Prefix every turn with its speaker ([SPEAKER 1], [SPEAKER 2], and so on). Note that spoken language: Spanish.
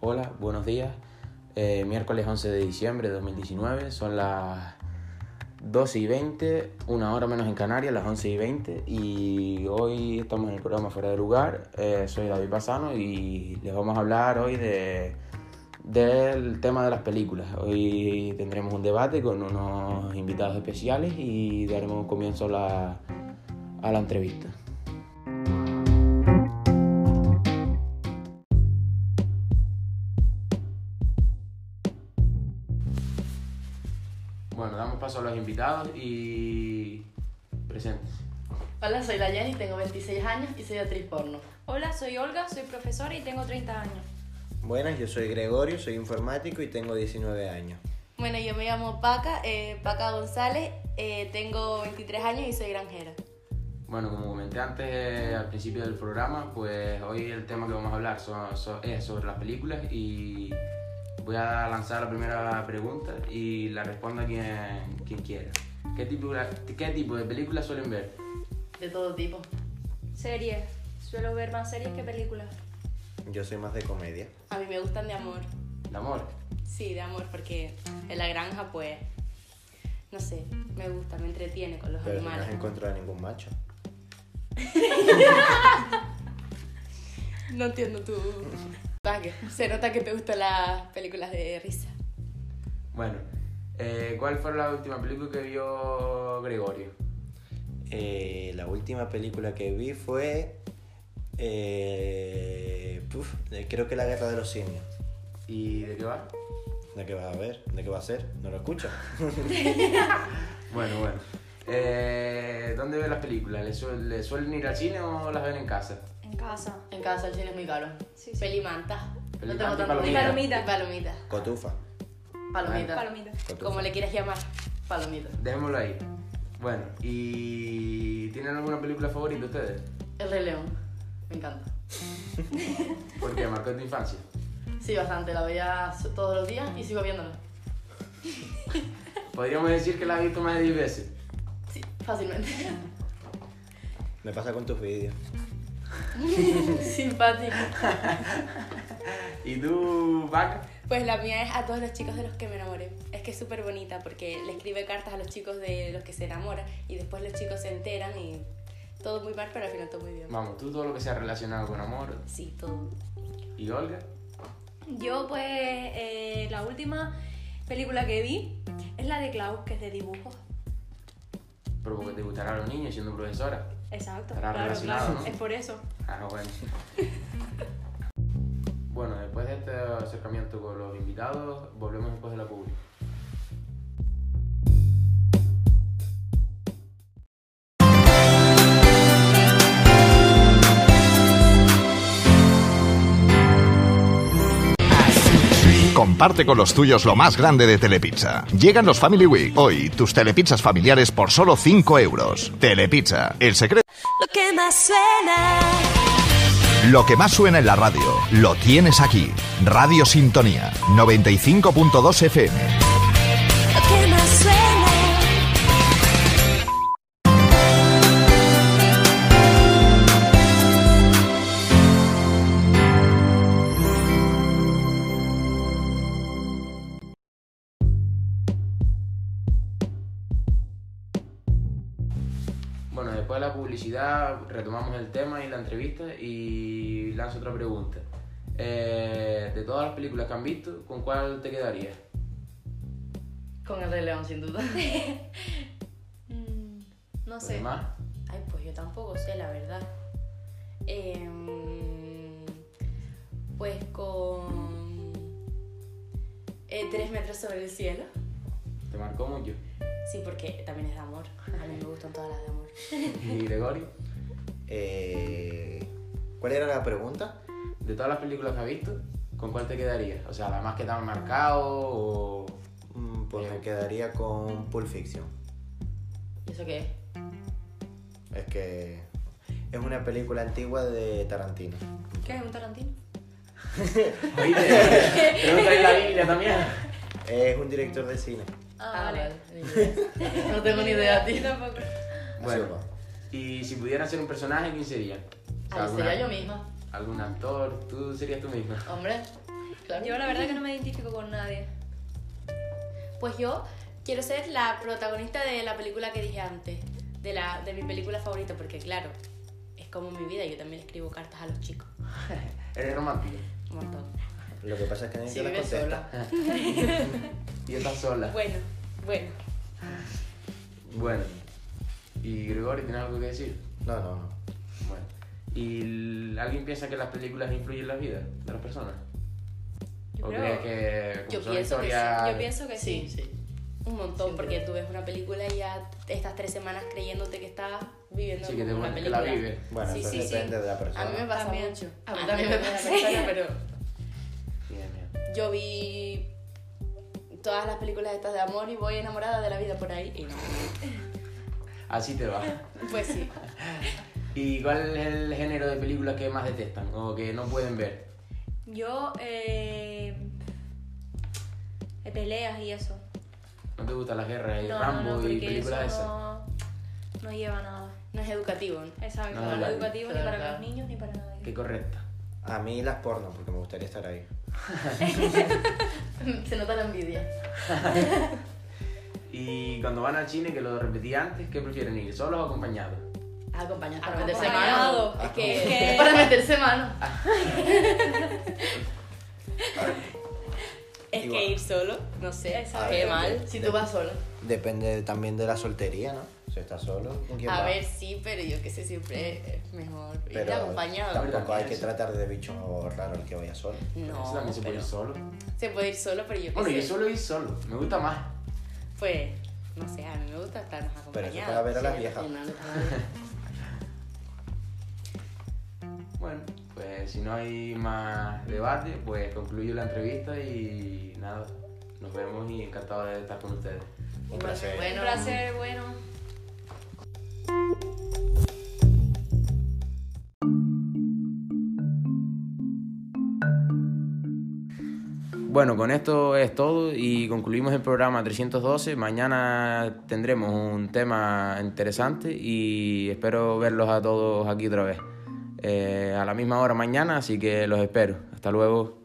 [SPEAKER 1] Hola, buenos días. Eh, miércoles 11 de diciembre de 2019, son las 12 y 20, una hora menos en Canarias, las 11 y 20. Y hoy estamos en el programa Fuera de Lugar. Eh, soy David Pasano y les vamos a hablar hoy de, del tema de las películas. Hoy tendremos un debate con unos invitados especiales y daremos comienzo a la, a la entrevista. Bueno, damos paso a los invitados y presentes.
[SPEAKER 2] Hola, soy Layan y tengo 26 años y soy actriz porno.
[SPEAKER 3] Hola, soy Olga, soy profesora y tengo 30 años.
[SPEAKER 4] Buenas, yo soy Gregorio, soy informático y tengo 19 años.
[SPEAKER 5] Bueno, yo me llamo Paca, eh, Paca González, eh, tengo 23 años y soy granjera.
[SPEAKER 1] Bueno, como comenté antes eh, al principio del programa, pues hoy el tema que vamos a hablar so- so- es sobre las películas y voy a lanzar la primera pregunta y la responda quien, quien quiera. ¿Qué tipo, ¿Qué tipo de películas suelen ver?
[SPEAKER 2] De todo tipo.
[SPEAKER 3] Series. Suelo ver más series que películas.
[SPEAKER 4] Yo soy más de comedia.
[SPEAKER 5] A mí me gustan de amor.
[SPEAKER 1] ¿De amor?
[SPEAKER 5] Sí, de amor, porque en la granja, pues, no sé, me gusta, me entretiene con los
[SPEAKER 4] Pero no has
[SPEAKER 5] animales.
[SPEAKER 4] encontrado ningún macho.
[SPEAKER 5] No entiendo tu... Paca, se nota que te gustan las películas de risa.
[SPEAKER 1] Bueno, eh, ¿cuál fue la última película que vio Gregorio?
[SPEAKER 4] Eh, la última película que vi fue. eh, puf, eh, creo que La Guerra de los Simios.
[SPEAKER 1] ¿Y de qué va?
[SPEAKER 4] ¿De qué vas a ver? ¿De qué va a ser? ¿No lo escuchas?
[SPEAKER 1] Bueno, bueno. Eh, ¿Dónde ve las películas? ¿Le, suel- le suelen ir al cine o las ven en casa?
[SPEAKER 3] En casa.
[SPEAKER 2] En casa el cine es muy caro.
[SPEAKER 3] Sí, sí.
[SPEAKER 5] Pelimantas.
[SPEAKER 1] Pelimantas y
[SPEAKER 5] no tengo tanto
[SPEAKER 1] palomitas.
[SPEAKER 5] dinero.
[SPEAKER 3] Palomitas.
[SPEAKER 5] Y Palomitas.
[SPEAKER 4] Cotufa.
[SPEAKER 2] Palomita.
[SPEAKER 3] Palomita.
[SPEAKER 4] Cotufa.
[SPEAKER 5] Como le quieras llamar.
[SPEAKER 2] Palomita.
[SPEAKER 1] Dejémoslo ahí. Bueno, ¿y tienen alguna película favorita ustedes?
[SPEAKER 2] El Rey León. Me encanta.
[SPEAKER 1] ¿Por qué? ¿Marcó tu infancia?
[SPEAKER 2] Sí, bastante. La veía so- todos los días y sigo viéndola.
[SPEAKER 1] Podríamos decir que la has visto más de 10 veces.
[SPEAKER 2] Sí, fácilmente.
[SPEAKER 4] Me pasa con tus vídeos.
[SPEAKER 2] Simpático.
[SPEAKER 1] ¿Y tú, Pac?
[SPEAKER 5] Pues la mía es a todos los chicos de los que me enamoré. Es que es súper bonita porque le escribe cartas a los chicos de los que se enamoran y después los chicos se enteran y todo muy mal, pero al final todo muy bien.
[SPEAKER 1] Vamos, tú todo lo que sea relacionado con amor.
[SPEAKER 5] Sí, todo.
[SPEAKER 1] ¿Y Olga?
[SPEAKER 3] Yo, pues, eh, la última película que vi es la de Klaus, que es de dibujos.
[SPEAKER 1] Pero porque te gustará a los niños siendo profesora.
[SPEAKER 3] Exacto.
[SPEAKER 1] Estará relacionado, ¿no?
[SPEAKER 3] Es por eso.
[SPEAKER 1] Ah, bueno. bueno, después de este acercamiento con los invitados, volvemos después de la pública.
[SPEAKER 6] Comparte con los tuyos lo más grande de Telepizza. Llegan los Family Week. Hoy, tus telepizzas familiares por solo 5 euros. Telepizza, el secreto.
[SPEAKER 7] lo que más suena.
[SPEAKER 6] Lo que más suena en la radio, lo tienes aquí. Radio Sintonía, 95.2 FM.
[SPEAKER 7] Lo que más suena.
[SPEAKER 1] Bueno, después de la publicidad retomamos el tema y la entrevista y lanzo otra pregunta. Eh, de todas las películas que han visto, ¿con cuál te quedarías?
[SPEAKER 2] Con el Rey León, sin duda.
[SPEAKER 5] Mm, no sé.
[SPEAKER 1] Además,
[SPEAKER 5] Ay, pues yo tampoco sé, la verdad. Em, pues con... eh, tres metros sobre el cielo.
[SPEAKER 1] te marcó mucho.
[SPEAKER 5] Sí, porque también es de amor. A mí me gustan todas las de amor.
[SPEAKER 1] ¿Y Gregorio?
[SPEAKER 4] Eh, ¿Cuál era la pregunta?
[SPEAKER 1] De todas las películas que has visto, ¿con cuál te quedarías? O sea, la más que te han marcado o...
[SPEAKER 4] Mm, Pues me quedaría con Pulp Fiction.
[SPEAKER 2] ¿Y eso qué es?
[SPEAKER 4] Es que es una película antigua de Tarantino.
[SPEAKER 3] ¿Qué es un Tarantino?
[SPEAKER 1] Oíste, pregunta en la Biblia también.
[SPEAKER 4] Es un director de cine.
[SPEAKER 2] Ah, ni idea. No tengo ni idea, tío.
[SPEAKER 3] Tampoco.
[SPEAKER 4] Así
[SPEAKER 1] Bueno,
[SPEAKER 4] lo pongo.
[SPEAKER 1] y si pudieras ser un personaje, ¿quién sería? O sea,
[SPEAKER 2] Ahí sería
[SPEAKER 1] alguna-
[SPEAKER 2] yo misma.
[SPEAKER 1] ¿Algún actor? ¿Tú serías tú misma?
[SPEAKER 2] Hombre, Claro.
[SPEAKER 3] Yo la verdad que no me identifico con nadie.
[SPEAKER 5] Pues yo quiero ser la protagonista de la película que dije antes, de, la, de mi película favorita, porque claro, es como mi vida, yo también le escribo cartas a los chicos.
[SPEAKER 1] Eres romántico.
[SPEAKER 5] Un montón.
[SPEAKER 2] Ah,
[SPEAKER 4] Lo que pasa es que nadie
[SPEAKER 5] Sí,
[SPEAKER 4] te las
[SPEAKER 5] vive
[SPEAKER 4] contesta.
[SPEAKER 1] Ah. Y estás sola.
[SPEAKER 5] Bueno, bueno.
[SPEAKER 1] Bueno. ¿Y Grigori tiene algo que decir?
[SPEAKER 4] No, no, no.
[SPEAKER 1] Bueno. ¿Y l- alguien piensa que las películas influyen en la vida de las personas?
[SPEAKER 3] Yo
[SPEAKER 1] ¿O
[SPEAKER 3] creo-
[SPEAKER 1] crees que como
[SPEAKER 5] yo
[SPEAKER 1] son
[SPEAKER 5] pienso que sí,
[SPEAKER 1] historias-
[SPEAKER 3] Yo pienso que sí.
[SPEAKER 2] Sí, sí.
[SPEAKER 5] Un montón, porque tú ves una película y ya estás tres semanas creyéndote que estás viviendo
[SPEAKER 1] Sí, que te
[SPEAKER 5] una
[SPEAKER 1] pones que
[SPEAKER 5] película.
[SPEAKER 1] la vive.
[SPEAKER 4] Bueno,
[SPEAKER 5] Sí,
[SPEAKER 4] eso
[SPEAKER 5] sí, sí.
[SPEAKER 4] depende de la persona.
[SPEAKER 5] A mí me pasa
[SPEAKER 3] También.
[SPEAKER 5] mucho.
[SPEAKER 2] A mí también me pasa.
[SPEAKER 5] persona, pero
[SPEAKER 1] Bien, bien.
[SPEAKER 5] yo vi todas las películas estas de amor y voy enamorada de la vida por ahí. Y no.
[SPEAKER 1] Así te va.
[SPEAKER 5] Pues sí.
[SPEAKER 1] ¿Y cuál es el género de películas que más detestan o que no pueden ver?
[SPEAKER 3] Yo, eh, eh, peleas y eso.
[SPEAKER 1] ¿No te gustan las guerras y
[SPEAKER 3] No, no,
[SPEAKER 1] Rambo
[SPEAKER 3] no,
[SPEAKER 1] y
[SPEAKER 3] porque eso
[SPEAKER 1] películas de esas?
[SPEAKER 3] no, no lleva a nada.
[SPEAKER 5] No es educativo. ¿no?
[SPEAKER 3] Exacto,
[SPEAKER 1] No,
[SPEAKER 3] para los
[SPEAKER 1] vale.
[SPEAKER 3] educativos, ni
[SPEAKER 2] Claro,
[SPEAKER 3] para
[SPEAKER 2] claro.
[SPEAKER 3] los niños, ni para nadie.
[SPEAKER 1] Qué correcta.
[SPEAKER 4] A mí las porno, porque me gustaría estar ahí.
[SPEAKER 2] Se nota la envidia.
[SPEAKER 1] Y cuando van al cine, que lo repetí antes, ¿qué prefieren ir? ¿Solos o acompañados?
[SPEAKER 2] Acompañado. Para meterse mano.
[SPEAKER 3] Acompañado.
[SPEAKER 5] Es
[SPEAKER 3] Es
[SPEAKER 5] que
[SPEAKER 3] que-
[SPEAKER 2] Para meterse mano.
[SPEAKER 5] Es
[SPEAKER 4] Igual.
[SPEAKER 5] que ir solo, no sé,
[SPEAKER 3] Exacto.
[SPEAKER 5] qué mal.
[SPEAKER 2] Si tú vas solo.
[SPEAKER 4] Depende también de la soltería, ¿no? Si estás solo, ¿con quién
[SPEAKER 5] A
[SPEAKER 4] vas?
[SPEAKER 5] ver, sí, pero yo que sé, siempre es mejor ir
[SPEAKER 4] Pero
[SPEAKER 5] acompañado.
[SPEAKER 4] Tampoco hay que
[SPEAKER 1] También.
[SPEAKER 4] tratar de bicho raro el que vaya solo.
[SPEAKER 1] Eso
[SPEAKER 5] No,
[SPEAKER 1] también se puede
[SPEAKER 5] pero
[SPEAKER 1] ir solo.
[SPEAKER 5] se puede ir solo, pero yo que
[SPEAKER 1] Bueno,
[SPEAKER 5] sé,
[SPEAKER 1] yo solo ir solo. Me gusta más.
[SPEAKER 5] pues, no sé, a mí me gusta estar más
[SPEAKER 4] Pero eso
[SPEAKER 5] acompañado.
[SPEAKER 4] para ver a las
[SPEAKER 5] Sí,
[SPEAKER 4] viejas.
[SPEAKER 5] no, no, no.
[SPEAKER 1] Bueno, pues si no hay más debate, pues concluyo la entrevista y nada, nos vemos y encantado de estar con ustedes.
[SPEAKER 4] Un placer.
[SPEAKER 3] Un placer, bueno.
[SPEAKER 1] Bueno, con esto es todo y concluimos el programa 312. Mañana tendremos un tema interesante y espero verlos a todos aquí otra vez. Eh, a la misma hora mañana, así que los espero. Hasta luego.